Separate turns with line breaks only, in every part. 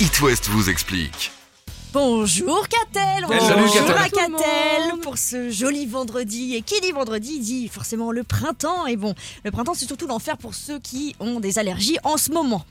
It West vous explique.
Bonjour Catel,
Eh,
bonjour
salut, Catel.
à
Tout le monde.
Catel pour ce joli vendredi. Et qui dit vendredi dit forcément le printemps. Et bon, le printemps c'est surtout l'enfer pour ceux qui ont des allergies en ce moment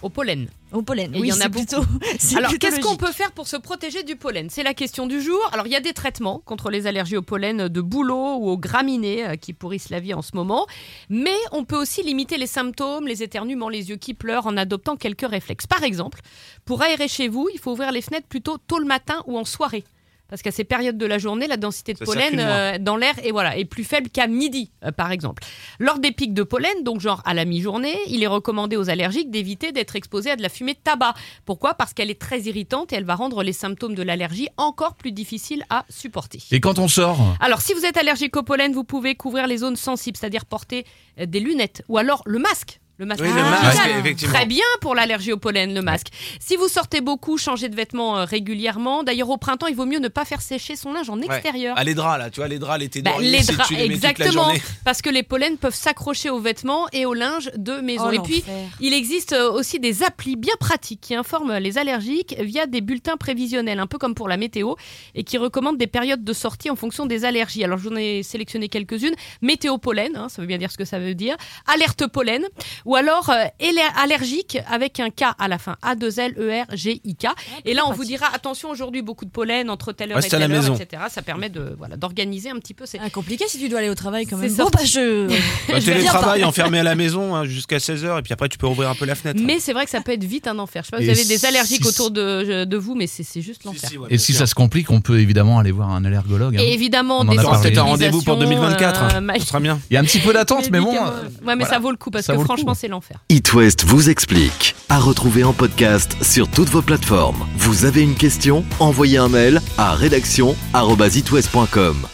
au pollen.
au pollen.
Et il y en
c'est
a
plutôt. c'est
Alors,
plutôt
qu'est-ce qu'on
logique.
peut faire pour se protéger du pollen C'est la question du jour. Alors, il y a des traitements contre les allergies au pollen de bouleau ou aux graminées euh, qui pourrissent la vie en ce moment. Mais on peut aussi limiter les symptômes, les éternuements, les yeux qui pleurent en adoptant quelques réflexes. Par exemple, pour aérer chez vous, il faut ouvrir les fenêtres plutôt tôt le matin ou en soirée. Parce qu'à ces périodes de la journée, la densité de
Ça
pollen
circule
euh, dans l'air est, voilà, est plus faible qu'à midi, euh, par exemple. Lors des pics de pollen, donc genre à la mi-journée, il est recommandé aux allergiques d'éviter d'être exposés à de la fumée de tabac. Pourquoi Parce qu'elle est très irritante et elle va rendre les symptômes de l'allergie encore plus difficiles à supporter.
Et quand on sort
Alors, si vous êtes allergique au pollen, vous pouvez couvrir les zones sensibles, c'est-à-dire porter euh, des lunettes ou alors le masque. Le masque,
Oui, le
est
masque,
génial.
effectivement.
Ah, Très bien pour l'allergie au pollen, le masque. Si vous sortez beaucoup, changez de vêtements euh, régulièrement. D'ailleurs, au printemps, il vaut mieux ne pas faire sécher son linge en extérieur.
Ah, les draps, là, tu vois, les draps, l'été
Bah,
d'Orient,
les
si
draps,
tu les mets toute la
exactement,
journée.
parce que les pollens peuvent s'accrocher aux vêtements et au linge de maison.
Oh,
et puis,
l'enfer.
il existe euh, aussi des applis bien pratiques qui informent les allergiques via des bulletins prévisionnels, un peu comme pour la météo, et qui recommandent des périodes de sortie en fonction des allergies. Alors j'en ai sélectionné quelques-unes. Météo pollen, hein, ça veut bien dire ce que ça veut dire. Alerte pollen, ou alors euh, éler- allergique avec un K à la fin. E A2L-E-R-G-I-K. et là, on vous dira, attention, aujourd'hui, beaucoup de pollen entre telle heure
Reste
et
à la
telle heure,
maison.
etc. Ça permet de, voilà, d'organiser un petit peu ces...
Ah, compliqué si tu dois aller au travail quand
C'est
même. Bon,
sorti.
bah, je.
bah,
Je vais
Télétravail,
bien
enfermé à la maison hein, jusqu'à 16h, et puis après tu peux ouvrir un peu la fenêtre.
Mais c'est vrai que ça peut être vite un enfer. Je sais pas,
Et
vous avez des
si-
allergiques autour de, de vous, mais c'est c'est juste l'enfer.
Et si ça se complique, on peut évidemment aller voir un allergologue. hein.
Et évidemment,
On en
des
a parlé.
Peut-être un
sensibilisations,
rendez-vous pour 2024.
euh,
hein. Ce sera bien.
Il y a un petit peu d'attente, mais bon.
médicaments.
euh,
ouais, mais
voilà.
ça vaut le coup parce
Ça
que
vaut le
franchement,
coup.
c'est l'enfer.
It West vous explique. À retrouver en podcast sur toutes vos plateformes. Vous avez une question Envoyez un mail à rédaction@itwest.com.